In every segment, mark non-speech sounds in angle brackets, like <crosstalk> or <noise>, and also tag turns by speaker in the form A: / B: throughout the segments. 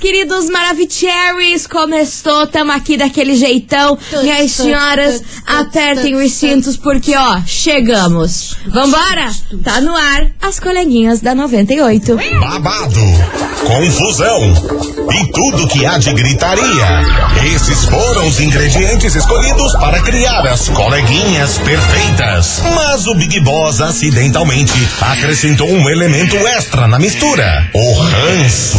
A: queridos Maravicheries, começou, tamo aqui daquele jeitão.
B: Tuts,
A: Minhas
B: tuts,
A: senhoras,
B: tuts, tuts,
A: apertem
B: tuts,
A: os cintos porque, ó, chegamos. Vambora? Tá no ar as coleguinhas da 98.
C: Babado, confusão e tudo que há de gritaria. Esses foram os ingredientes escolhidos para criar as coleguinhas perfeitas. Mas o Big Boss acidentalmente acrescentou um elemento extra na mistura: o ranço.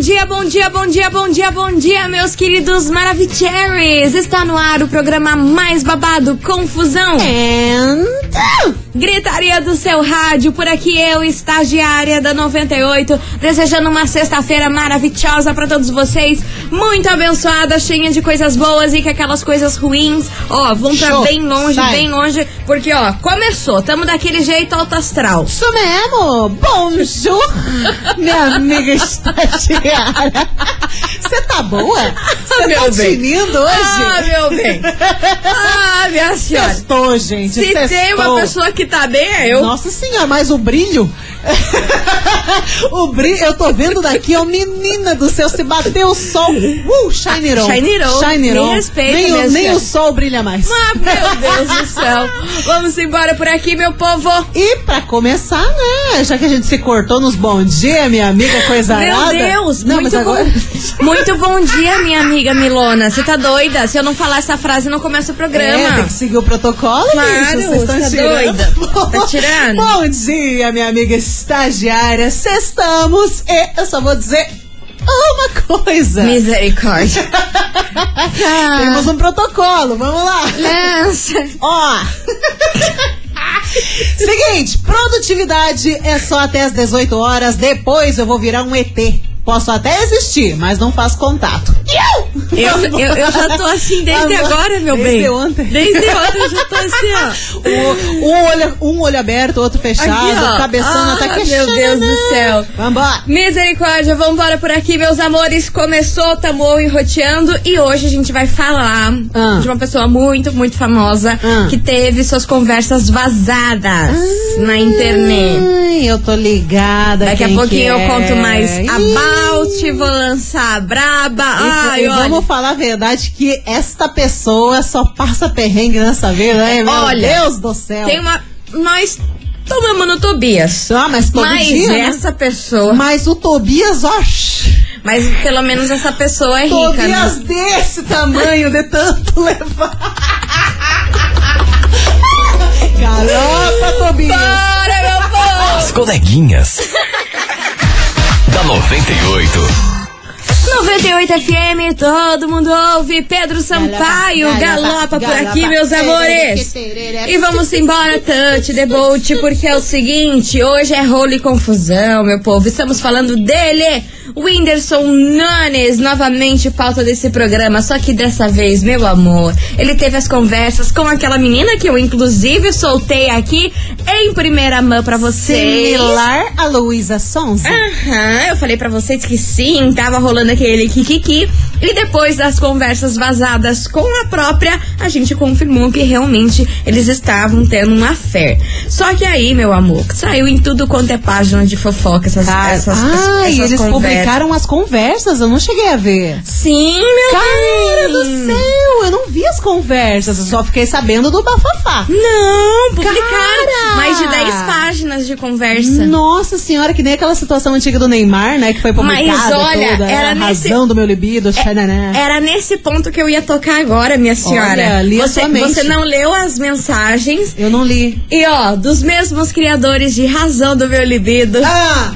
A: dia, bom dia, bom dia, bom dia, bom dia, meus queridos Maravicheries. Está no ar o programa mais babado, Confusão.
B: And... oh!
A: Gritaria do seu rádio, por aqui eu, estagiária da 98, desejando uma sexta-feira maravilhosa pra todos vocês, muito abençoada, cheia de coisas boas e que aquelas coisas ruins, ó, vão pra
B: Show.
A: bem longe,
B: Vai.
A: bem longe, porque ó, começou, tamo daquele jeito alto astral.
B: Isso mesmo!
A: <laughs>
B: Bonjour, minha amiga estagiária. Você tá boa? Você
A: Meu
B: tá
A: bem.
B: tinindo
A: Ah,
B: hoje?
A: meu
B: <laughs>
A: bem. Ah, minha senhora.
B: Sextou, gente.
A: Se tem uma
B: sextou.
A: pessoa que tá bem, é eu.
B: Nossa senhora, mas o brilho. <laughs> o brilho, eu tô vendo daqui, ó, menina do céu, se bateu o sol. Uh, shine on.
A: Shine it on.
B: Shine
A: Me
B: on.
A: respeita,
B: nem,
A: minha
B: o, nem
A: senhora.
B: o sol brilha mais.
A: Ah, meu Deus do céu. Vamos embora por aqui, meu povo.
B: E pra começar, né? Já que a gente se cortou nos bom dia, minha amiga coisarada.
A: Meu Deus,
B: Não,
A: muito,
B: mas agora.
A: bom, muito bom dia, minha amiga Milona. Você tá doida? Se eu não falar essa frase, não começa o
B: É, tem
A: programa.
B: que seguir o protocolo,
A: Claro,
B: bicho. Vocês estão
A: você tá
B: tirando.
A: doida? Tá tirando?
B: Bom dia, minha amiga estagiária. Sextamos e eu só vou dizer uma coisa.
A: Misericórdia.
B: Temos um protocolo, vamos lá.
A: Ah, Lança.
B: Ó. <laughs> Seguinte, produtividade é só até as 18 horas, depois eu vou virar um ET. Posso até existir, mas não faço contato. E
A: Eu, eu, eu já tô assim desde
B: Amor,
A: agora, meu
B: desde
A: bem.
B: ontem.
A: Desde ontem eu já tô assim, ó.
B: O- um, olho, um olho aberto, outro fechado,
A: ó.
B: cabeçona
A: Ah,
B: tá
A: meu
B: queixando.
A: Deus do céu.
B: Vambora.
A: Misericórdia, vambora por aqui, meus amores. Começou, tamo enroteando e hoje a gente vai falar
B: Ah.
A: de uma pessoa muito, muito famosa
B: Ah.
A: que teve suas conversas vazadas na internet.
B: Ai, eu tô ligada.
A: Daqui a
B: quem que
A: pouquinho eu
B: é.
A: conto mais
B: Ih,
A: about, vou lançar a braba.
B: e-
A: Ai,
B: e
A: olha.
B: vamos falar a verdade que esta pessoa só passa perrengue nessa vida, né? Meu
A: Olha,
B: Deus do céu.
A: Tem uma. Nós tomamos no Tobias.
B: Ah, mas todo
A: Mas
B: dia, né?
A: essa pessoa.
B: Mas o Tobias, ó,
A: Mas pelo menos essa pessoa é rica, né?
B: Tobias desse tamanho, de
A: <laughs>
B: tanto levar. Caramba, Tobias!
A: Bora, meu povo!
D: As coleguinhas. da 98.
A: 98 FM, todo mundo ouve. Pedro Sampaio
B: Galopa,
A: galopa,
B: galopa,
A: por aqui,
B: galopa.
A: meus amores. E vamos embora, Tante Debolt, porque é o seguinte: hoje é rolo e confusão, meu povo. Estamos falando dele, Whindersson Nunes, novamente pauta desse programa. Só que dessa vez, meu amor, ele teve as conversas com aquela menina que eu, inclusive, soltei aqui em primeira mão pra vocês. Ah,
B: Similar a Luísa Sonza.
A: Aham, eu falei pra vocês que sim, tava rolando aquele kikiki. E depois das conversas vazadas com a própria, a gente confirmou que realmente eles estavam tendo uma fé. Só que aí, meu amor, saiu em tudo quanto é página de fofoca essas, essas,
B: ah,
A: essas
B: e eles
A: conversas.
B: publicaram as conversas, eu não cheguei a ver.
A: Sim, meu
B: Cara
A: bem.
B: do céu, eu não vi as conversas, eu só fiquei sabendo do bafafá.
A: Não, publicaram
B: Cara!
A: mais de 10 páginas de conversa.
B: Nossa senhora, que nem aquela situação antiga do Neymar, né? Que foi
A: Mas
B: publicada
A: olha,
B: toda,
A: era
B: a
A: nesse- É,
B: razão do meu libido, xananá.
A: Era nesse ponto que eu ia tocar agora, minha senhora.
B: li a
A: você,
B: sua mente.
A: você não leu as mensagens,
B: Eu não li.
A: E ó, dos mesmos criadores de Razão do Meu Libido.
B: <laughs> Ah!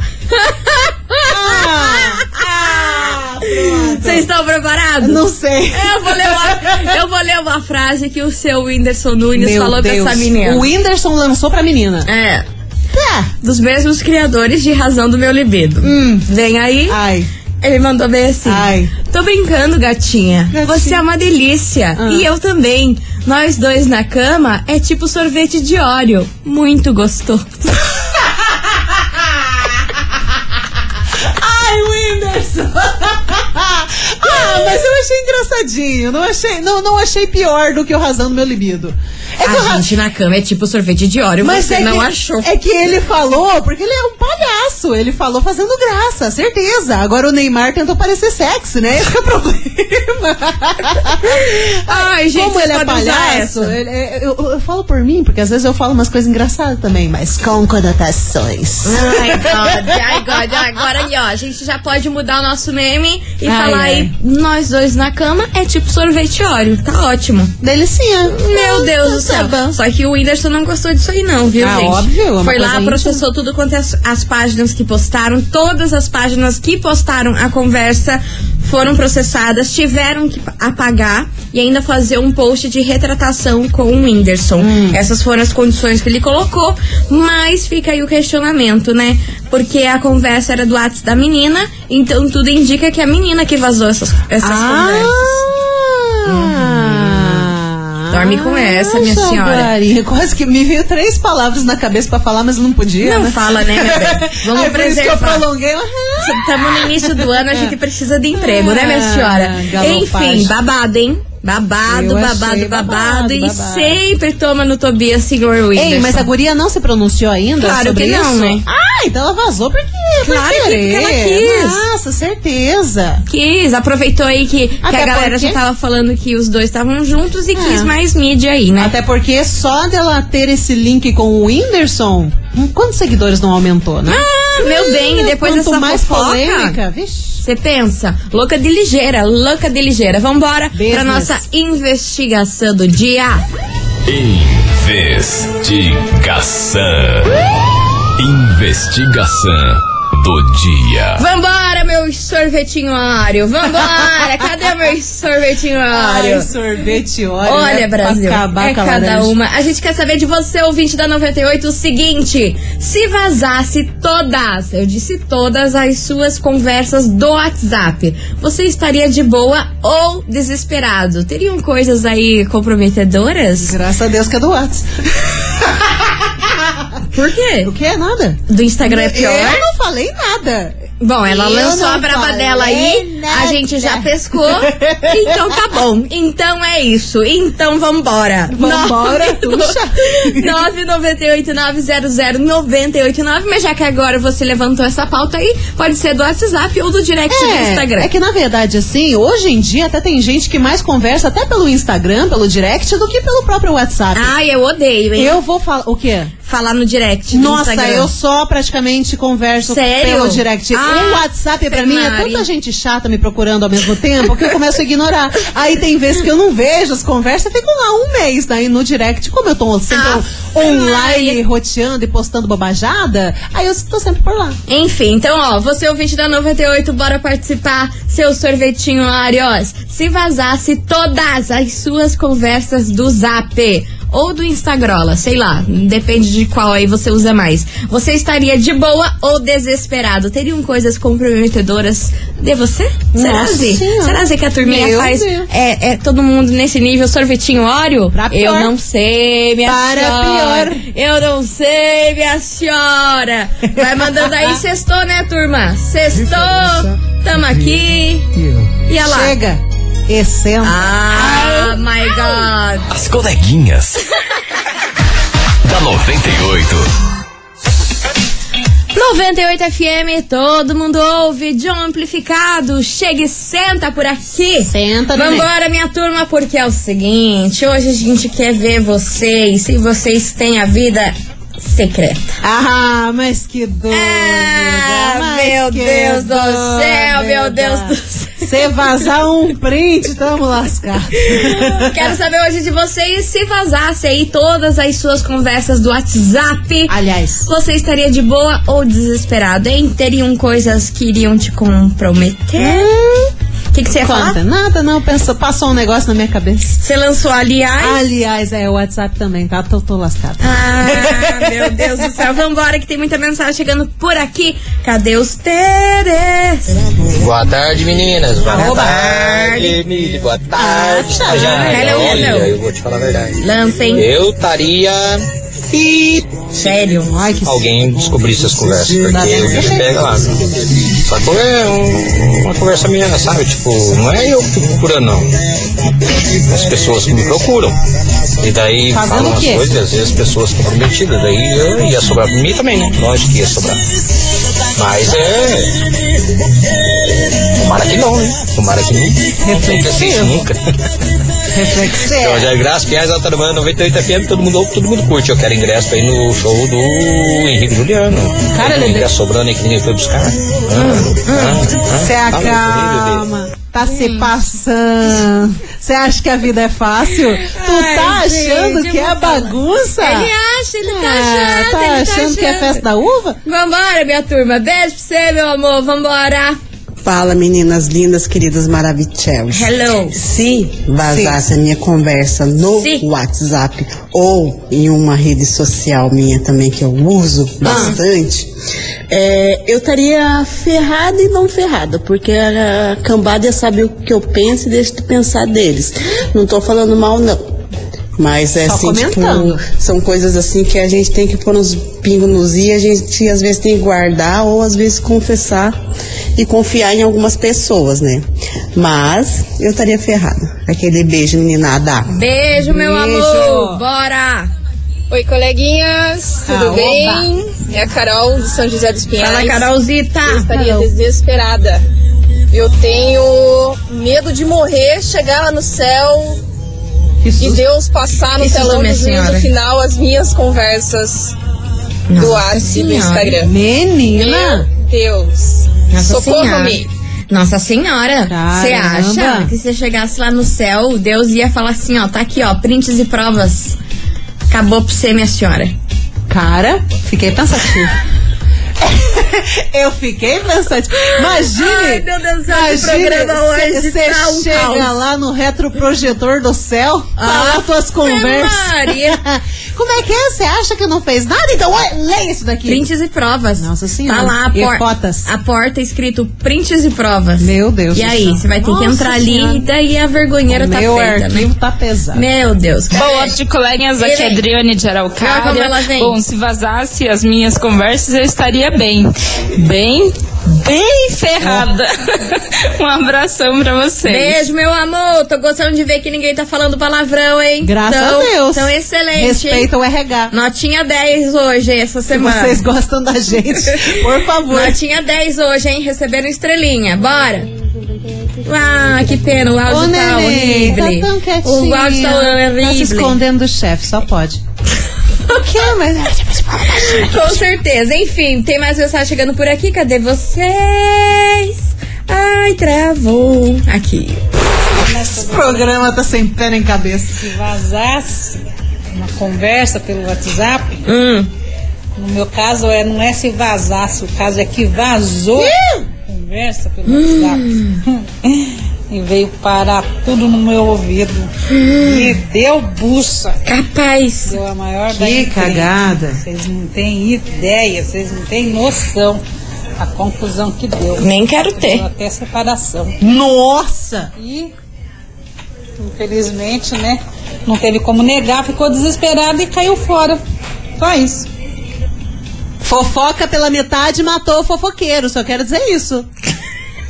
B: ah! Ah! Pronto.
A: Vocês estão preparados?
B: Não sei.
A: Eu vou, ler uma, eu vou ler uma frase que o seu Whindersson Nunes
B: Meu
A: falou
B: Deus.
A: pra essa menina.
B: O Whindersson lançou pra menina.
A: É.
B: Tá.
A: Dos mesmos criadores de Razão do Meu Libido. Hum, Vem aí.
B: Ai.
A: Ele mandou bem assim.
B: Hum. Ah. Ai.
A: Tô brincando, gatinha.
B: Gatinha.
A: Você é uma delícia.
B: Ah.
A: E eu também. Nós dois na cama é tipo sorvete de óleo. Muito gostoso.
B: <laughs> Ai, Whindersson! isso. <laughs> ah, mas eu achei engraçadinho. Não achei, não, não achei pior do que o Razão do Meu Libido. É que o
A: A
B: Ra-
A: gente na cama é tipo sorvete de óleo, você
B: é
A: não
B: que,
A: achou.
B: É que ele falou, porque ele é um palhaço. Ele falou fazendo graça, certeza. Agora o Neymar tentou parecer sexy, né? Esse que é o problema.
A: Ai, gente,
B: Como ele é
A: vocês podem usar
B: palhaço,
A: essa.
B: ele é- eu, eu falo por mim, porque às vezes eu falo umas coisas engraçadas também, mas com conotações.
A: Ai, God, ai, God, agora ali, ó, a gente já pode mudar o nosso meme e
B: Ai,
A: falar
B: ai.
A: aí, nós dois na cama é tipo sorvete óleo, tá ótimo.
B: Delicinha.
A: Meu Deus do
B: Tá
A: céu.
B: bom.
A: Só que o Whindersson não gostou disso aí, não, viu,
B: Ah,
A: gente?
B: óbvio, é uma
A: Foi
B: coisa
A: lá,
B: íntima.
A: processou tudo quanto é as, as páginas que postaram, todas as páginas que postaram a conversa foram processadas, tiveram que apagar e ainda fazer um post de retratação com o Whindersson.
B: Hum.
A: Essas foram as condições que ele colocou, mas fica aí o questionamento, né? Porque a conversa era do WhatsApp da menina, então tudo indica que é a menina que vazou essas, essas conversas.
B: Ah.
A: Uhum. Dorme com essa, minha
B: Nossa,
A: senhora.
B: Maria, Quase que me veio três palavras na cabeça pra falar, mas não podia.
A: Não
B: né?
A: fala, né, meu
B: <laughs>
A: bem? Vamos
B: Ai, por isso que eu
A: preservar.
B: prolonguei. Aham.
A: Estamos no início do ano, a gente precisa de emprego, né, minha
B: Ah,
A: senhora?
B: É. galopagem.
A: Enfim, babado, hein? Babado,
B: Eu
A: babado,
B: achei
A: babado.
B: babado,
A: E
B: babado.
A: sempre toma no Tobias Senhor Whindersson.
B: Ei, mas a guria não se pronunciou ainda
A: Claro
B: sobre
A: que não,
B: isso?
A: né?
B: Ah, então ela vazou porque
A: Claro que- porque ela quis.
B: Nossa, certeza.
A: Quis, aproveitou aí que, que
B: Até
A: a galera
B: porque-
A: já tava falando que os dois estavam juntos e quis
B: É.
A: mais mídia aí, né?
B: Até porque só dela ter esse link com o Whindersson, hum, quantos seguidores não aumentou, né?
A: Ah, meu bem, e depois
B: Quanto
A: dessa
B: mais
A: fofoca-
B: polêmica, vixe.
A: Você pensa, louca de ligeira, louca de ligeira. Vambora pra
B: Business.
A: nossa investigação do dia.
D: Investigação. Investigação do dia.
A: Vambora, meu sorvetinho ário. Vambora,
B: <laughs>
A: cadê meu sorvetinho ário?
B: Ai, sorvete, olha.
A: Olha,
B: é pra
A: Brasil,
B: acabar
A: é
B: com a
A: cada
B: laranja.
A: uma. A gente quer saber de você, ouvinte da 98, o seguinte: se vazasse todas, eu disse todas as suas conversas do WhatsApp, você estaria de boa ou desesperado? Teriam coisas aí comprometedoras?
B: Graças a Deus que é do WhatsApp.
A: Por quê?
B: O que é nada?
A: Do Instagram é pior?
B: Eu não falei nada.
A: Bom, ela
B: Eu
A: lançou
B: não
A: a braba
B: falei
A: dela aí, a
B: nada.
A: gente já pescou. Então tá bom. Então é isso. Então vambora.
B: Vambora,
A: <laughs>
B: puxa.
A: 998900989, mas já que agora você levantou essa pauta aí, pode ser do WhatsApp ou do direct do tipo Instagram.
B: é que na verdade, assim, hoje em dia até tem gente que mais conversa até pelo Instagram, pelo direct, do que pelo próprio WhatsApp.
A: Ai, eu odeio, hein?
B: eu vou falar. O quê?
A: Falar no direct do
B: Nossa,
A: Instagram.
B: eu só praticamente converso
A: Sério?
B: pelo direct.
A: Ah,
B: o WhatsApp pra
A: Fernari.
B: mim é tanta gente chata me procurando ao mesmo tempo que eu começo a ignorar. Aí tem vezes que eu não vejo as conversas, ficam lá um mês daí no direct. Como eu tô sempre
A: Ah,
B: online
A: Fernari.
B: roteando e postando bobajada, aí eu tô sempre por lá.
A: Enfim, então, ó, você ouvinte da 98, bora participar, seu sorvetinho Ariós. Se vazasse todas as suas conversas do Zap ou do Instagrola, sei lá, depende de qual aí você usa mais. Você estaria de boa ou desesperado? Teriam coisas comprometedoras de você? Será
B: Nossa
A: Zê?
B: Senhora.
A: Será Zê que a turminha
B: Meu
A: faz
B: Deus.
A: é, é todo mundo nesse nível sorvetinho Oreo?
B: Pra pior.
A: Eu não sei, minha
B: Para
A: senhora.
B: pior.
A: É Eu não sei, minha senhora. Vai mandando
B: <laughs>
A: aí, sextou, né, turma? Sextou, tamo aqui. E olha lá.
B: Chega, essendo.
A: Ah, my God.
D: As coleguinhas. da 98.
A: 98 FM, todo mundo ouve, de um amplificado. Chega e senta por aqui.
B: Senta, neném.
A: Vambora, minha turma, porque é o seguinte: hoje a gente quer ver vocês, se vocês têm a vida secreta.
B: Ah, mas que dúvida.
A: Ah,
B: mas
A: meu
B: que
A: Deus do céu, meu Deus do céu.
B: Se vazar um print, tamo lascado.
A: Quero saber hoje de vocês se vazasse aí todas as suas conversas do WhatsApp.
B: Aliás,
A: Você estaria de boa ou desesperado, hein? Teriam coisas que iriam te comprometer? O que, que você ia falar?
B: Hum? conta. é Nada, não. Pensa, passou um negócio na minha cabeça.
A: Você lançou aliás?
B: Aliás, é o WhatsApp também, tá? Tô, tô lascado.
A: Ah, meu Deus do céu. Vambora que tem muita mensagem chegando por aqui. Cadê os Teres?
E: Boa tarde, meninas. Boa
B: Arroba.
E: tarde, Emílio. Boa tarde,
B: Ah,
E: Tajane.
A: hello,
E: Olha,
A: hello.
E: eu vou te falar a verdade.
A: Lancem.
E: Eu estaria
B: Pi.
A: Sério?
B: Ai, que
E: Alguém descobrir essas conversas, porque o bicho pega lá. Só que é um- uma conversa minha, sabe? Tipo, não é eu que fico procurando, não. As pessoas que me procuram. E daí
B: Fazendo
E: falam
B: o
E: as
B: quê?
E: coisas, e às vezes as pessoas ficam prometidas. Daí eu ia sobrar pra mim também, né? Lógico que ia sobrar. Mas é. Tomara que não, né? Tomara que não. Não tem que ser isso nunca. Então,
B: reflexão.
E: Jair Graça, Piaz, Alta Urbana, 98 FM, todo mundo ouve, todo mundo curte. Eu quero ingresso aí no show do Henrique Juliano.
A: Cara,
E: Tem um
A: ele- Hum,
E: ingresso sobrando aí que ninguém foi buscar. Hum, Você
B: Você
E: um
B: acalma, tá se
A: Hum.
B: passando. Você acha que a vida é fácil? tu
A: Ai,
B: tá
A: gente,
B: achando
A: eu
B: que
A: vou
B: é
A: falar.
B: bagunça?
A: Ele acha, ele tá
B: Ah,
A: achando,
B: tá
A: ele tá
B: achando que é
A: achando.
B: festa da uva?
A: Vambora, minha turma. Beijo pra você, meu amor. Vambora.
F: Fala, meninas lindas, queridas maravilhosas.
A: Hello.
F: Se vazasse a minha conversa no
A: Se.
F: WhatsApp ou em uma rede social minha também, que eu uso bastante, é, eu estaria ferrada e não ferrada, porque a cambada já sabe o que eu penso e deixa de pensar deles. Não tô falando mal, não. Mas é
B: Só
F: assim, tipo,
B: comentando.
F: são coisas assim que a gente tem que pôr uns pingos nos i, a gente às vezes tem que guardar ou às vezes confessar e confiar em algumas pessoas, né? Mas eu estaria ferrada. Aquele beijo, meninada.
A: Beijo, meu
B: Beijo.
A: amor. Bora.
G: Oi, coleguinhas, tudo
B: Ah,
G: bem? É a Carol de São José dos Pinhais.
A: Fala, Carolzita.
G: Eu estaria desesperada. Eu tenho medo de morrer, chegar lá no céu
B: Que
G: e
B: susto.
G: Deus passar Tá no
A: Que susto,
G: telão
A: minha
G: de juízo
A: senhora.
G: final as minhas conversas do
A: Nossa
G: WhatsApp e do
A: Senhora.
G: Instagram. Meu
B: Menina!
G: Deus,
A: Nossa
G: socorro-me.
A: Senhora. Nossa Senhora, você acha
B: Caramba.
A: que se chegasse lá no céu, Deus ia falar assim, ó, tá aqui, ó, prints e provas. Acabou pra você, minha senhora.
B: Cara, fiquei pensativa. <laughs> Eu fiquei pensativa. Imagine!
A: Ai, meu Deus do céu, esse programa hoje
B: Você
A: tá um
B: chega
A: caos.
B: lá no retroprojetor do céu,
A: Ah,
B: falar tuas conversas.
A: Maria.
B: <laughs> Como é que é? Você acha que não fez nada? Então, olha, lê isso daqui.
A: Prints e provas.
B: Nossa Senhora.
A: Tá lá a,
B: E
A: por-
B: cotas.
A: a porta escrito prints e provas.
B: Meu Deus
A: E
B: do
A: aí,
B: céu.
A: você vai ter que
B: Nossa
A: entrar
B: Senhora.
A: ali e daí a vergonheira tá
B: Meu
A: feita,
B: arquivo
A: né?
B: tá pesado.
A: Meu Deus, cara.
H: Boa tarde, coleguinhas. Aqui é
A: Ele-
H: Adriane de
A: Olha como ela vem.
H: Araucária. Bom, se vazasse as minhas conversas, eu estaria bem. Bem, bem ferrada. <laughs>
I: Oh.
H: um abração pra vocês.
A: Beijo, meu amor. Tô gostando de ver que ninguém tá falando palavrão, hein?
B: Graças
A: Tão-
B: a Deus.
A: Tão excelente. hein?
B: Respeita o RH.
A: Notinha 10 hoje, essa
B: Se
A: semana.
B: vocês gostam da gente, por favor.
A: Notinha 10 hoje, hein? Receberam estrelinha. Bora! Ah, que pena, o áudio
B: Ô,
A: tá
B: neném,
A: horrível.
B: tá tão
A: o áudio tá
B: quietinho. Tá se
A: horrível.
B: escondendo do chefe, só
A: <laughs>
B: pode. O quê? Mas...
A: Com certeza. Enfim, tem mais mensagem chegando por aqui. Cadê vocês? Ai, travou. Aqui.
B: Esse programa tá sem pé nem cabeça.
I: se vazasse uma conversa pelo WhatsApp,
A: Hum.
I: no meu caso é, não é se vazasse, o caso é que vazou a conversa pelo
H: Hum.
I: WhatsApp. <laughs> e veio parar tudo no meu ouvido.
H: Hum.
I: Me deu bucha.
A: Capaz.
I: Deu a maior da
B: Que
I: encrenca.
B: cagada.
I: Vocês não têm ideia, vocês não têm noção a confusão que deu.
A: Nem quero ter.
I: Deu até separação.
B: Nossa!
I: E, infelizmente, né? Não teve como negar, ficou desesperado e caiu fora. Só isso.
B: Fofoca pela metade matou o fofoqueiro, só quero dizer isso.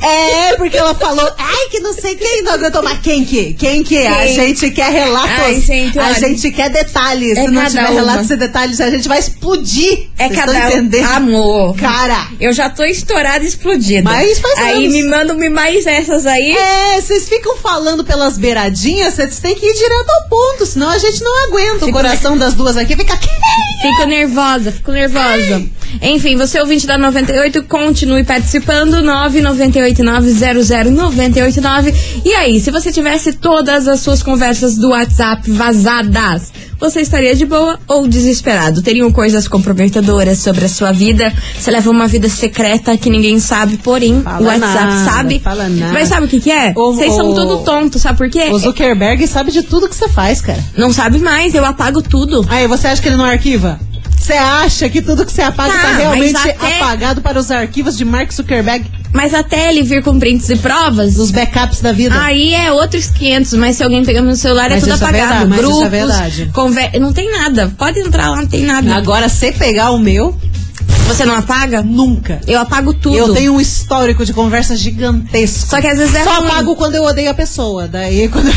B: É, porque ela falou, ai, que não sei quem não aguentou, mas quem que? Quem que? é? A
A: Quem?
B: gente quer relatos.
A: Ai, gente,
B: a
A: olha.
B: gente quer detalhes.
A: É
B: Se não
A: cada
B: tiver
A: uma.
B: relatos e detalhes, a gente vai explodir.
A: É
B: Vocês
A: cada
B: estão
A: um.
B: entendendo?
A: Amor.
B: Cara.
A: Eu já tô estourada e explodida.
B: Mas faz
A: Aí
B: anos.
A: me mandam-me mais essas aí.
B: É, vocês ficam falando pelas beiradinhas, vocês têm que ir direto ao ponto, senão a gente não aguenta. O coração das duas aqui fica.
A: Fico nervosa, fico nervosa. Enfim, você é ouvinte da 98, continue participando. 998900989. E aí, se você tivesse todas as suas conversas do WhatsApp vazadas, você estaria de boa ou desesperado? Teriam coisas comprometedoras sobre a sua vida? Você leva uma vida secreta que ninguém sabe, porém,
B: Fala
A: o WhatsApp
B: nada,
A: sabe.
B: fala nada.
A: Mas sabe o que, que é?
B: Ô,
A: Vocês
B: ô,
A: são tudo tonto, sabe por quê?
B: O Zuckerberg sabe de tudo que você faz, cara.
A: Não sabe mais, eu apago tudo.
B: Aí, você acha que ele não arquiva? Você acha que tudo que você apaga
A: Tá,
B: tá,
A: mas
B: realmente
A: até-
B: apagado para os arquivos de Mark Zuckerberg?
A: Mas até ele vir com prints e provas,
B: Os backups da vida.
A: Aí é outros 500, mas se alguém pegando no celular
B: Mas
A: é tudo
B: isso é
A: apagado.
B: verdade, mas isso é
A: Grupos,
B: verdade.
A: conver- não tem nada. Pode entrar lá, não tem nada.
B: Agora, se pegar o meu,
A: Você não apaga?
B: nunca.
A: Eu apago tudo.
B: Eu tenho um histórico de conversa gigantesco.
A: Só que às vezes é
B: Só
A: ruim.
B: apago quando eu odeio a pessoa. Daí, <laughs> quando,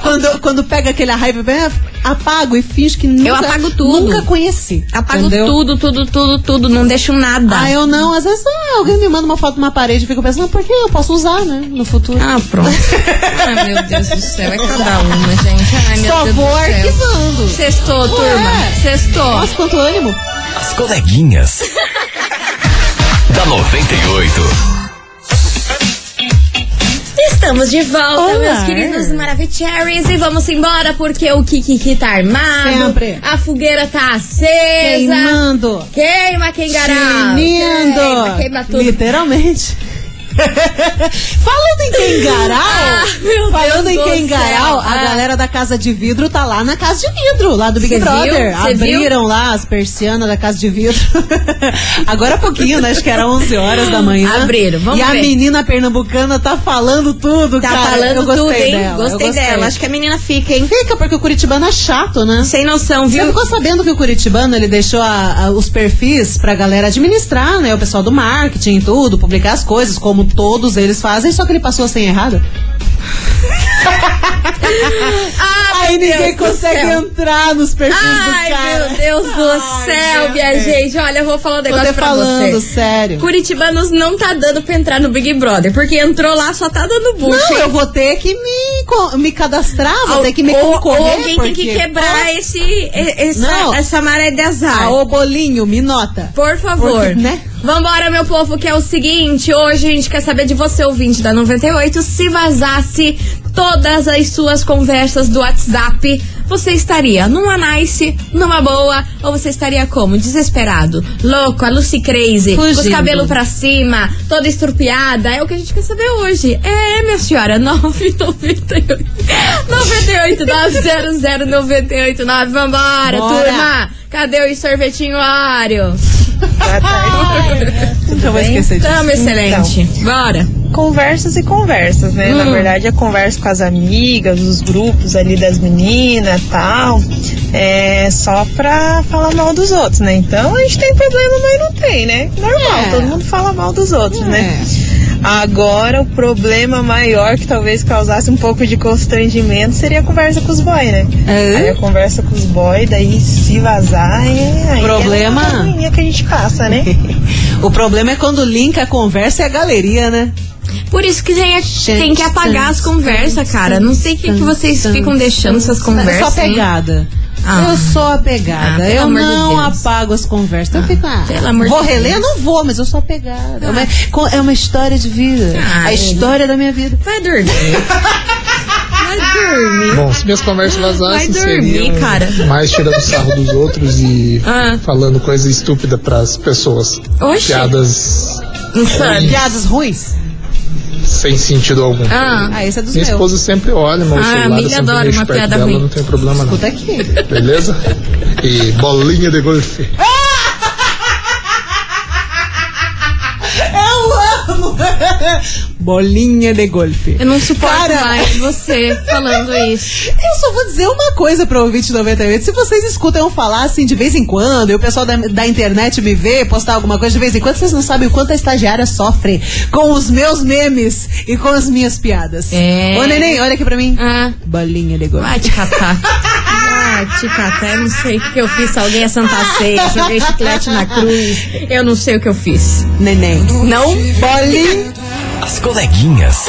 B: quando, quando pega aquele raiva, bem, "Ah, apago e finge que nunca,
A: Eu apago tudo.
B: nunca conheci.
A: Apago
B: entendeu?
A: tudo, tudo, tudo, tudo. Não deixo nada.
B: Ah, eu não. Às vezes ah, alguém me manda uma foto de uma parede e fico pensando, por que eu posso usar, né? No futuro.
A: Ah, pronto. Ai, Ah, meu Deus do céu. É cada uma, gente. Ai, meu
B: Só
A: Deus
B: vou
A: do céu.
B: arquivando.
A: Sextou, turma. Sextou.
B: Nossa, quanto ânimo.
D: As coleguinhas. da 98.
A: Estamos de volta,
B: Olá.
A: meus queridos Maravicheries. E vamos embora, porque o Kikiki tá armado.
B: Sempre.
A: A fogueira tá acesa.
B: Queimando.
A: Queima quem garante. Queima,
B: Queimando.
A: queima É, tudo.
B: Literalmente. <laughs> Falando em Kengarau,
A: Ah, meu
B: falando
A: Deus
B: em
A: do céu.
B: Kengarau, a
A: Ah.
B: galera da Casa de Vidro tá lá na Casa de Vidro, lá do Big
A: Cê viu?
B: Brother.
A: Cê
B: Abriram lá as persianas da Casa de Vidro. <laughs> Agora há pouquinho, né? Acho que era 11 horas da manhã.
A: Abriram, vamos
B: E a
A: ver.
B: menina pernambucana tá falando tudo,
A: Tá
B: cara.
A: falando
B: eu gostei
A: tudo, hein?
B: Dela, eu
A: gostei, dela. Acho que é- a menina fica, hein?
B: Fica porque o curitibano é chato, né?
A: Sem noção,
B: Você
A: viu?
B: ficou sabendo que o Curitibano ele deixou a- a- os perfis pra galera administrar, né? O pessoal do marketing e tudo, publicar as coisas, como todos eles fazem, só que ele passou a senha errada.
A: Ai,
B: Aí
A: meu
B: ninguém
A: Deus do
B: consegue
A: céu.
B: entrar nos perfis do cara.
A: Ai, meu Deus do
B: Ai,
A: céu,
B: gente.
A: minha gente. Olha, eu vou falar um
B: Tô
A: negócio
B: te
A: pra
B: falando,
A: você.
B: sério.
A: Curitibanos não tá dando pra entrar no Big Brother, porque entrou lá, só tá dando bucha.
B: Não,
A: hein?
B: eu vou ter que me, co- me cadastrar, vou ter que me
A: ou,
B: concorrer.
A: ou alguém tem que
B: porque-
A: quebrar esse, e- essa,
B: Não.
A: essa maré de azar.
B: Ah, ô bolinho, me nota.
A: Por favor.
B: Porque, né?
A: Vambora, meu povo, que é o seguinte: hoje a gente quer saber de você, ouvinte da 98, se vazasse todas as suas conversas do WhatsApp, você estaria numa nice, numa boa, ou você estaria como? Desesperado, louco, a Lucy Crazy, com os
B: Fugindo.
A: cabelos pra cima, toda estrupiada. É o que a gente quer saber hoje. É, minha senhora, <laughs> 998 98 900 989. Vambora,
B: Bora.
A: turma! Cadê o sorvetinho Oreo?
B: Nunca Então, vou esquecer disso. Então,
A: Tamo excelente. Bora.
G: Conversas e conversas, né?
B: Hum.
G: Na verdade, é conversa com as amigas, os grupos ali das meninas tal. É só pra falar mal dos outros, né? Então a gente tem problema, mas não tem, né? Normal,
B: É.
G: todo mundo fala mal dos outros, né?
B: É.
G: Agora, o problema maior que talvez causasse um pouco de constrangimento seria a conversa com os boys, né?
B: É.
G: Aí a conversa com os boys, daí se vazar, é. Aí
B: Problema-
G: É uma agonia que a gente passa, né?
B: O problema é quando linka a conversa e a galeria, né?
A: Por isso que tem, tem que apagar as conversas, cara. Não sei o que, que vocês ficam deixando essas conversas.
B: Eu sou
A: hein?
B: apegada.
A: Ah.
B: Eu sou apegada.
A: Ah, pelo
B: eu
A: amor de
B: não
A: Deus.
B: apago as conversas. Eu fico, ah,
A: pelo amor
B: vou
A: de
B: reler?
A: Deus.
B: Não vou, mas eu sou apegada. É uma- co- É uma história de vida.
A: Ah,
B: a
A: é.
B: história da minha vida.
A: Vai dormir. Vai dormir.
J: Bom, se minhas conversas
A: Vai
J: vazassem,
A: dormir,
J: seriam
A: cara.
J: mais tirando sarro dos outros e
A: Ah.
J: falando coisa estúpida pras pessoas.
A: Oxi.
J: Piadas
A: Insano.
B: Piadas ruins?
J: sem sentido algum.
A: Ah.
B: Ah, esse é dos
J: Minha
B: meus.
J: esposa sempre olha meu
A: Ah,
J: celular,
A: amiga
J: eu sempre
A: adora
J: deixo
A: uma
J: perto
A: piada
J: dela,
A: ruim.
J: não tem problema não.
A: <laughs>
B: Escuta aqui.
J: Beleza? E bolinha de golfe.
B: Eu amo! Bolinha de golfe.
A: Eu não suporto
B: Cara.
A: mais você falando isso.
B: Eu só vou dizer uma coisa pro ouvinte 98. Se vocês escutam eu falar assim de vez em quando, e o pessoal da, da internet me vê postar alguma coisa de vez em quando, vocês não sabem o quanto a estagiária sofre com os meus memes e com as minhas piadas.
A: É.
B: Ô, neném, olha aqui pra mim.
A: Ah,
B: Bolinha de golfe.
A: vai te catar. Vai te catar. Eu não sei o que que eu fiz. Alguém é Santa Ceia. Joguei chiclete na cruz. Eu não sei o que eu fiz.
B: Neném.
A: Não
B: Bolinha.
D: As coleguinhas.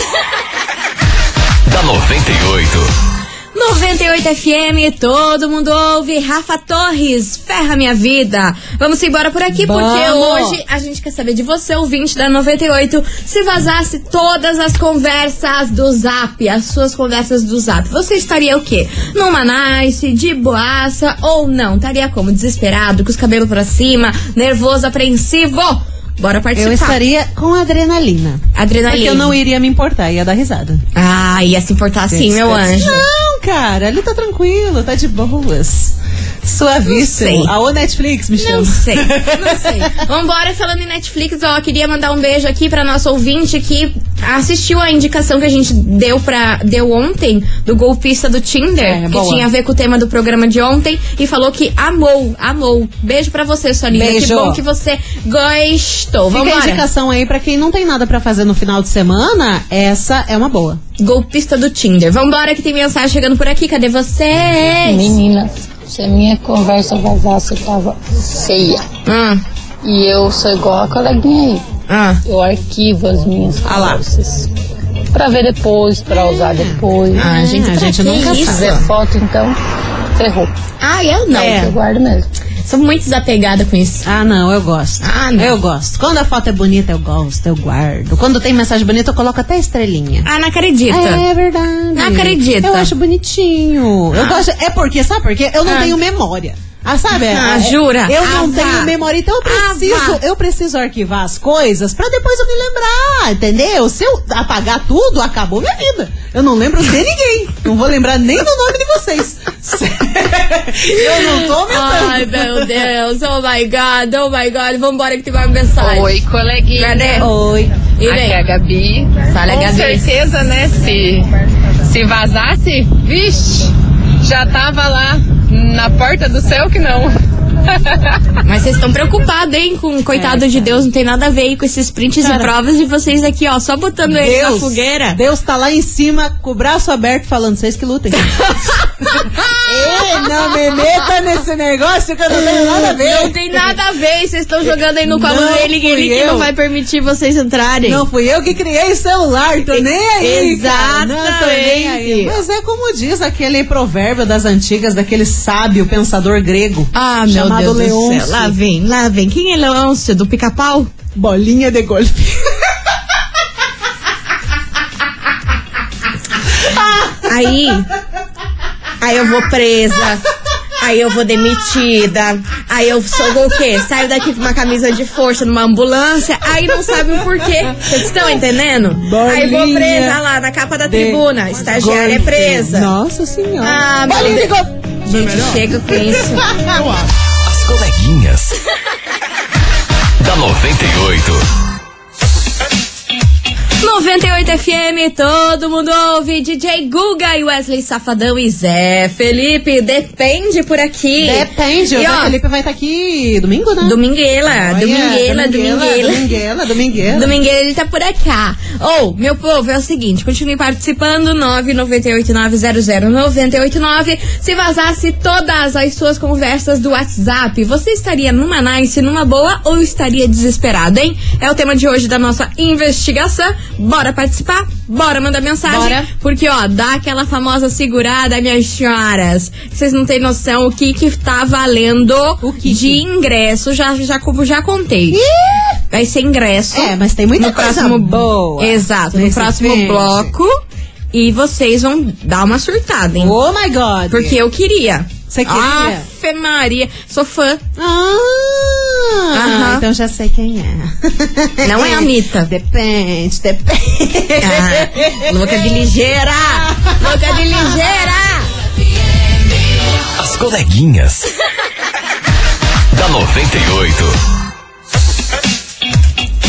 D: da 98.
A: 98 FM, todo mundo ouve. Rafa Torres, ferra minha vida. Vamos embora por aqui, porque
B: Vamos.
A: hoje a gente quer saber de você, ouvinte da 98, se vazasse todas as conversas do Zap, as suas conversas do Zap. Você estaria o quê? Numa nice, de boaça ou não? Estaria como? Desesperado, com os cabelos pra cima, nervoso, apreensivo? Bora participar.
B: Eu estaria com adrenalina.
A: tá- Adrenalina.
B: Porque eu não iria me importar, ia dar risada.
A: Ah, ia se importar assim, meu anjo.
B: Não, cara, ali tá tranquilo, tá de boas. Suavíssimo. Aô, Netflix, me chama.
A: Não sei, não sei. <laughs> Vambora, falando em Netflix, ó, queria mandar um beijo aqui pra nossa ouvinte que assistiu a indicação que a gente deu para deu ontem do golpista do Tinder, que
B: boa.
A: tinha a ver com o tema do programa de ontem, e falou que amou, amou. Beijo pra você, Soninha. Que
B: Beijo.
A: bom que você gostou.
B: Fica a
A: Vambora.
B: indicação aí pra quem não tem nada pra fazer no final de semana, essa é uma boa.
A: Golpista do Tinder. Vambora que tem mensagem chegando por aqui. Cadê vocês?
K: Menina, se a minha conversa vazasse, tava feia.
A: Ah,
K: E eu sou igual a coleguinha aí. Eu arquivo as minhas
L: Ah
K: conversas. Pra ver depois, pra usar depois.
A: Ah, a gente- a
K: Pra
A: gente
K: que
A: nunca
K: isso?
A: sabe.
K: Se é foto, então, ferrou.
A: Ah, eu não.
K: Eu guardo mesmo.
A: Sou muito desapegada com isso.
B: Ah, não, eu gosto.
A: Ah, não.
B: Eu gosto. Quando a foto é bonita, eu gosto, eu guardo. Quando tem mensagem bonita, eu coloco até estrelinha.
A: Ah, não acredita.
B: É verdade.
A: Não acredita.
B: Eu acho bonitinho. Eu
A: Ah.
B: gosto. É porque, sabe por quê? Eu não
A: Ah.
B: tenho memória. Ah, sabe?
A: Ah,
B: É-
A: jura?
B: Eu não
A: Ah, vá.
B: tenho memória, então eu preciso,
A: Ah, vá.
B: eu preciso arquivar as coisas pra depois eu me lembrar, entendeu? Se eu apagar tudo, acabou minha vida. Eu não lembro de ninguém. Não vou lembrar nem do nome de vocês. <laughs> eu não tô aumentando.
A: Ai, meu Deus. Oh my God. Oh my God. Vambora que tem uma mensagem.
L: Oi, coleguinha.
A: Cadê?
B: Oi.
A: E
L: Aqui
A: vem.
L: é a Gabi.
A: Fala,
L: Com
A: Gabi.
L: certeza, né? Se, se vazasse, vixe, já tava lá na porta do céu que não.
A: Mas vocês estão preocupados, hein? Com
B: É.
A: coitado de Deus, não tem nada a ver aí com esses prints e provas de vocês aqui, ó, só botando ele na
B: Deus,
A: fogueira.
B: Deus tá lá em cima com o braço aberto falando, vocês que
A: <laughs>
B: lutem. Ei, não me meta nesse negócio que eu não tenho nada a ver.
A: Não tem nada a ver, vocês estão jogando aí no colo
B: Não
A: dele que
B: fui
A: ele que
B: eu.
A: não vai permitir vocês entrarem.
B: Não fui eu que criei o celular, tô nem aí. cara. Não tô nem aí.
A: Exatamente.
B: Mas é como diz aquele provérbio das antigas, daquele sábio pensador grego.
A: Ah, meu
B: Chamado
A: Deus do
B: Leôncio.
A: céu. Lá vem, lá vem. Quem é Leôncio? Do pica-pau?
B: Bolinha de golfe.
A: Aí. Aí eu vou presa. Aí eu vou demitida. Aí eu sou o quê? Saio daqui com uma camisa de força numa ambulância. Aí não sabe o porquê. Vocês estão entendendo? aí vou
B: Bolinha
A: presa lá na capa da
B: de
A: tribuna. Estagiária é
B: golfe.
A: presa.
B: Nossa senhora.
A: Ah, meu
B: Bolinha de
A: Deus.
B: golfe.
A: Gente, chega com isso.
D: As coleguinhas. da 98.
A: 98 FM, todo mundo ouve. DJ Guga e Wesley Safadão e Zé Felipe. Depende por aqui.
B: Depende, o
A: E,
B: Zé
A: ó,
B: Felipe vai estar aqui domingo, né?
A: Domingueira,
B: Olha,
A: Ah, domingueira, domingueira.
B: Domingueira, domingueira.
A: Domingueira, ele tá por cá. Ou, meu povo, é o seguinte, continue participando, 998900989. Se vazasse todas as suas conversas do WhatsApp, você estaria numa nice, numa boa ou estaria desesperado, hein? É o tema de hoje da nossa investigação. Bora participar? Bora mandar mensagem?
B: Bora.
A: Porque, ó, dá aquela famosa segurada, minhas senhoras. Vocês não têm noção o que que tá valendo
B: O que
A: de
B: que?
A: ingresso. Já, já, já contei. Vai ser ingresso.
B: É, mas tem muita
A: no
B: coisa
A: próximo
B: boa
A: Exato, no
B: nesse
A: próximo
B: filme.
A: bloco. E vocês vão dar uma surtada, hein?
B: Oh my god.
A: Porque eu queria.
B: Você queria?
A: Afe Maria. Sou fã.
B: Ah,
A: Aham.
B: então já sei quem é.
A: Não é a Anitta.
B: Depende, depende.
A: Ah, louca de ligeira! Louca de ligeira!
D: As coleguinhas. da 98.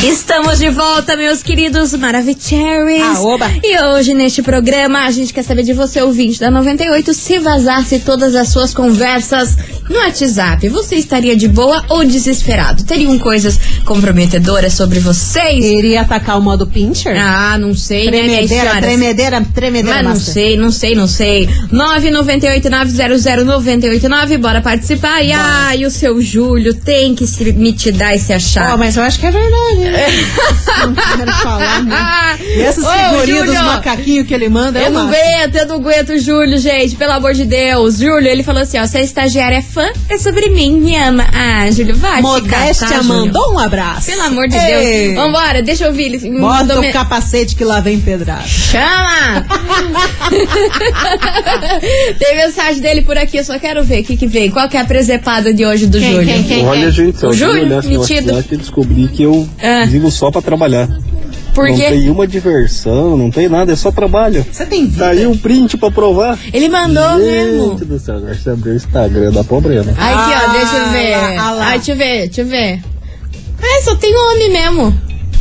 A: Estamos de volta, meus queridos Maravicheries.
B: Ah, oba.
A: E hoje, neste programa, a gente quer saber de você, ouvinte da 98, se vazasse todas as suas conversas no WhatsApp. Você estaria de boa ou desesperado? Teriam coisas comprometedoras sobre vocês?
B: Iria atacar o modo pincher?
A: Ah, não sei, né, minhas
B: tremedeira,
A: senhoras?
B: tremedeira, tremedeira.
A: Mas não
B: master.
A: sei, não sei, não sei. 998900989, bora participar. E ai, o seu Júlio tem que se, me te dar esse achado.
B: Ó, mas eu acho que é verdade. né?
A: <laughs>
B: não quero falar, né? E essas
A: Ah, Ô,
B: figurinhas dos
A: Júlio,
B: macaquinhos que ele manda, é
A: Eu
B: eu
A: não
B: mato.
A: aguento, eu não aguento o Júlio, gente, pelo amor de Deus. Júlio, ele falou assim, ó, se a estagiária é fã, é sobre mim, me ama. Ah, Júlio, vai te catar,
B: Modéstia
A: Júlio.
B: mandou um abraço.
A: Pelo amor de
B: Ei,
A: Deus. Vambora, deixa eu ouvir. Ele me
B: Bota
A: mandou
B: o
A: me-
B: capacete que lá vem pedrada. <laughs>
A: Chama! Tem mensagem dele por aqui, eu só quero ver o que que vem. Qual que é a presepada de hoje do Júlio?
M: Olha, gente,
A: É. O
M: eu fui
A: Júlio?
M: olhar esse meu
A: Metido.
M: WhatsApp e descobri que eu
A: Ah.
M: vivo só pra trabalhar.
A: Porque.
M: Não tem uma diversão, não tem nada, é só trabalho.
A: Você tem vida.
M: Tá aí um print pra provar.
A: Ele mandou
M: Gente do céu, agora você abriu o Instagram da pobreza.
A: Ai, aqui, ó, deixa eu
B: Ah,
A: ver. Ai, deixa eu ver, deixa eu ver. É, só tem homem mesmo.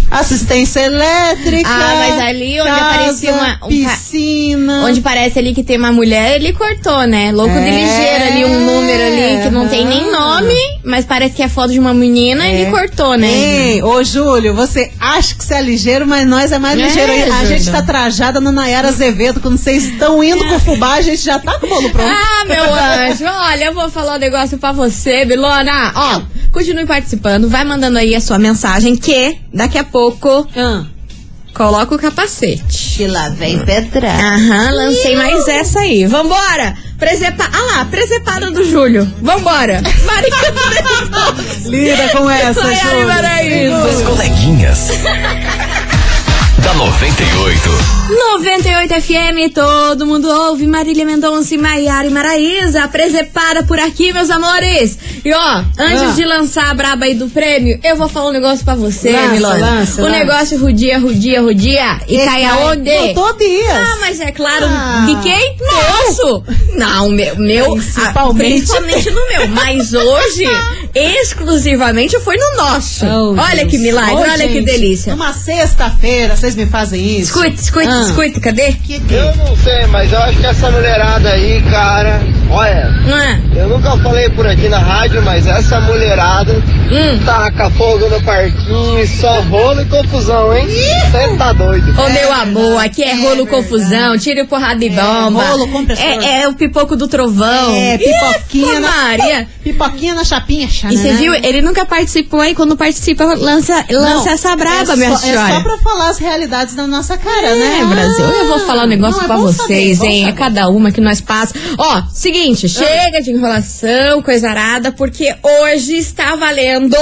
B: Assistência elétrica.
A: Ah, mas ali onde
B: casa,
A: aparecia uma. um ca-
B: piscina.
A: Onde parece ali que tem uma mulher, ele cortou, né? Louco
B: É.
A: de ligeiro ali, um número ali que não tem nem nome, mas parece que é foto de uma menina,
B: É.
A: ele cortou, né?
B: Ei, ô Júlio, você acha que você é ligeiro, mas nós é mais
A: É,
B: ligeiro. ainda. a
A: Júlio.
B: gente tá trajada no Nayara Azevedo. Quando vocês estão indo com o fubá, a gente já tá com o bolo pronto.
A: Ah, meu anjo, olha, eu vou falar um negócio pra você, Bilona. Ó, continue participando, vai mandando aí a sua mensagem que daqui a pouco
B: Ah.
A: coloca o capacete.
B: Que lá vem pedra.
A: Aham, lancei mais essa aí. Vambora! Presepa... Ah lá, presepada do Júlio. Vambora! <laughs>
B: Lida com essa,
A: Saiane
B: Júlio.
A: Paraíso.
D: As coleguinhas. da 98.
A: 98 FM, todo mundo ouve. Marília Mendonça e Maiara e Maraísa, presepada por aqui, meus amores. E ó, antes
B: Ah.
A: de lançar a braba aí do prêmio, eu vou falar um negócio pra você,
B: Lança,
A: Milona.
B: lança,
A: o
B: lança. É
A: negócio rudia, rudia, rudia. E
B: Esse
A: cai
B: aí
A: aonde?
B: voltou dias.
A: Ah, mas é claro,
B: Ah.
A: de quem? Nosso! Não, meu, meu
B: Principalmente.
A: ah, principalmente no meu. Mas
B: <laughs>
A: hoje, exclusivamente, foi no nosso. olha que milagre,
B: Oh, Ô,
A: olha que
B: gente,
A: delícia.
B: Numa sexta-feira, vocês me fazem isso. é?
A: Escute, escute,
B: Ah.
A: escute, cadê?
N: Eu não sei, mas eu acho que essa mulherada aí, cara, olha.
A: Ah,
N: Eu nunca falei por aqui na rádio, mas essa mulherada
A: hum.
N: taca fogo no parquinho, só rolo e confusão, hein? Você tá doido.
A: Ô meu amor, aqui é rolo confusão, tiro porrada e bomba.
B: rolo, compressor.
A: É, é o pipoco do trovão.
B: É, pipoquinha
A: Epa,
B: na-
A: Maria.
B: Pipoquinha na chapinha, né?
A: E você viu? Ele nunca participou aí, quando participa, lança, lança
B: Não,
A: essa braba,
B: é
A: minha
B: só, É só
A: senhora.
B: pra falar as realidades da nossa cara, né?
A: É, Brasil, eu vou falar um negócio
B: Não, é
A: pra
B: bom
A: vocês,
B: saber, bom
A: hein? É
B: saber.
A: cada uma que nós passa. Ó, seguinte, chega de enrolação, coisa arada, porque hoje está valendo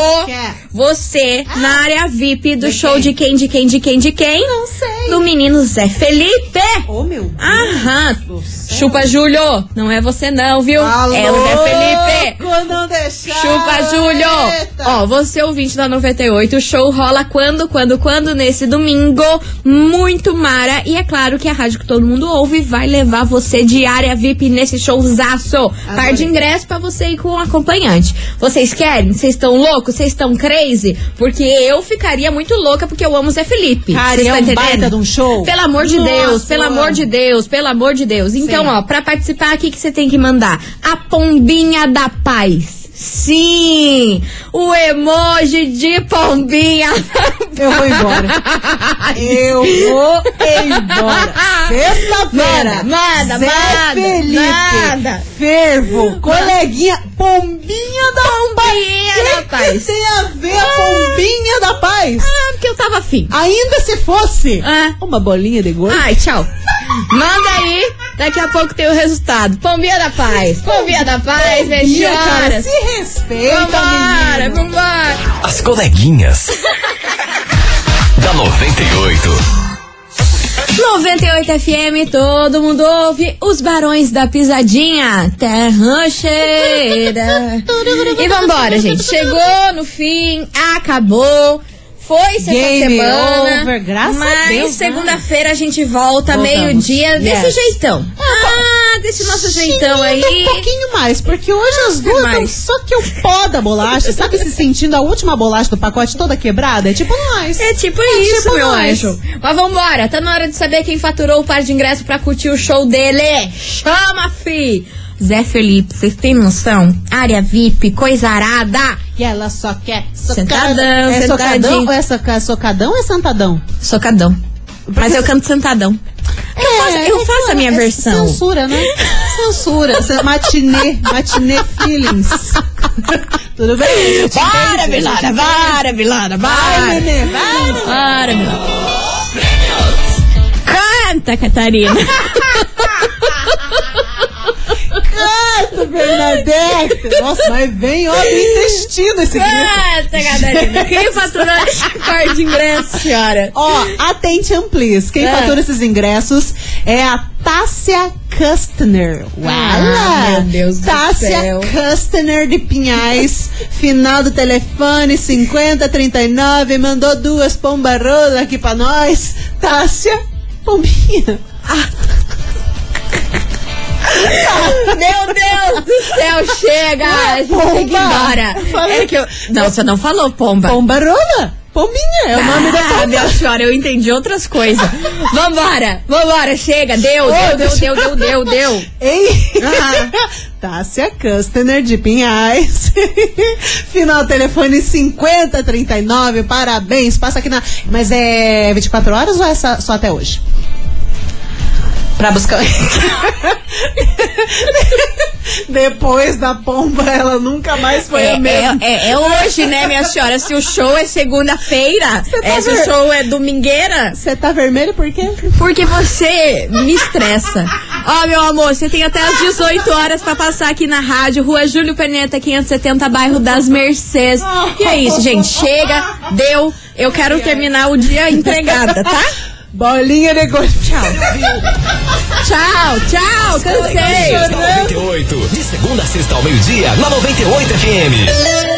A: você na área VIP do show é? Ah. de quem, de quem, de quem, de quem? Não sei. Do menino Zé Felipe.
B: Ô, meu Deus.
A: Aham. Chupa, Júlio. Não é você não, viu? é o Zé Felipe.
B: Quando não deixar.
A: Chupa, Júlio! Ó, você é ouvinte da 98, o show rola quando, quando, quando? Nesse domingo. Muito mara. E é claro que a rádio que todo mundo ouve vai levar você de área VIP nesse showzaço. Par de ingresso pra você ir com um acompanhante. Vocês querem? Vocês estão loucos? Vocês estão crazy? Porque eu ficaria muito louca porque eu amo o Zé Felipe.
B: Cara,
A: Vocês
B: é
A: tão
B: um
A: entendendo?
B: baita de um show.
A: Pelo amor de
B: Nossa,
A: Deus, pelo
B: eu
A: amor de Deus, pelo amor de Deus. Então, ó, pra participar, o que que você tem que mandar? A pombinha da paz. Sim! O emoji de pombinha. <laughs>
B: Eu vou <laughs> embora. Eu vou embora.
A: Manda,
B: Sexta-feira.
A: manda,
B: Zé
A: manda,
B: Felipe.
A: manda.
B: Fervo. Coleguinha. Pombinha da
A: Pombinha
B: paz.
A: da
B: Que
A: paz.
B: Que tem a ver a pombinha da paz?
A: Ah, porque eu tava afim.
B: Ainda se fosse uma bolinha de gol.
A: Ai, tchau. Manda aí, daqui a pouco tem o resultado. Pombinha da paz, pombinha da paz,
B: Pombinha, Ah, cara,
A: vejora.
B: se respeita,
A: Vambora,
B: menino.
A: vambora.
D: As coleguinhas. da 98.
A: 98 FM, todo mundo ouve os barões da pisadinha, terra cheira. E vambora, gente. Chegou no fim, acabou. Foi essa
B: Game
A: semana.
B: over, graças a
A: Mas
B: Deus, né?
A: segunda-feira a gente volta,
B: Voltamos.
A: meio-dia, desse
B: Yes.
A: jeitão. Ah, desse nosso jeitão aí.
B: Um pouquinho mais, porque hoje as duas estão
A: mais.
B: só que o pó da bolacha. Sabe se sentindo a última bolacha do pacote toda quebrada? É tipo nós.
A: É tipo isso,
B: tipo
A: meu
B: nós.
A: anjo. Mas vambora, tá na hora de saber quem faturou o par de ingresso pra curtir o show dele. Chama, fi! Zé Felipe, vocês têm noção? Área VIP, coisa arada.
B: E ela só quer
A: Sentadão,
B: É socadão
A: sentadinho.
B: ou é soca- socadão ou é sentadão?
A: Socadão. Mas eu canto sentadão. eu faço, eu
B: é,
A: faço a minha
B: é
A: versão.
B: Censura, né? Censura. Cê- matinê, matinê feelings.
A: <laughs>
B: Tudo bem? gente?
A: Para,
B: Entende?
A: Vilana,
B: Gente,
A: para, Vilana,
B: Vai,
A: para.
B: nenê, vai.
A: Para, Vilana. Canta, Catarina.
B: <laughs> Canta, Bernadette. Nossa, mas vem, ó, do intestino
A: É.
B: esse né? grito.
A: Canta, Catarina. Quem faturou esse par de ingresso, senhora?
B: Ó, attention please. Quem
A: Ah.
B: fatura esses ingressos é a Tássia Kustner. Uala!
A: Ah, meu Deus do
B: Tássia
A: céu.
B: Kustner de Pinhais, final do telefone 5039, mandou duas pomba rola aqui pra nós. Tássia, pombinha.
A: Meu Deus do céu, chega! A gente tem que ir embora. É que eu... Não, você não falou pomba.
B: Pombarola? Pombinha, é o nome
A: <laughs>
B: da pomba.
A: Ah, meu senhora, eu entendi outras coisas. Vambora, vambora, chega, deu, deu, deu, deu, deu, deu, deu.
B: Ei! <laughs> Tássia Custaner de Pinhais. <laughs> Final telefone 5039. Parabéns. Passa aqui na. Mas é 24 horas ou é só só até hoje? Pra buscar. <laughs> Depois da pomba, ela nunca mais foi
A: É,
B: a mesma.
A: é- é- é hoje, né, minha senhora? Se o show é segunda-feira, é, se o show é domingueira.
B: Você tá vermelho por quê?
A: Porque você me estressa. Ó, meu amor, você tem até as 18 horas pra passar aqui na rádio, Rua Júlio Perneta, 570, bairro das Mercês. E é isso, gente. Chega, deu. Eu quero terminar o dia empregada, tá?
B: Bolinha de gol. Tchau.
A: Tchau, tchau, cansei.
D: Jornal 98. De segunda a sexta ao meio-dia, na 98 FM.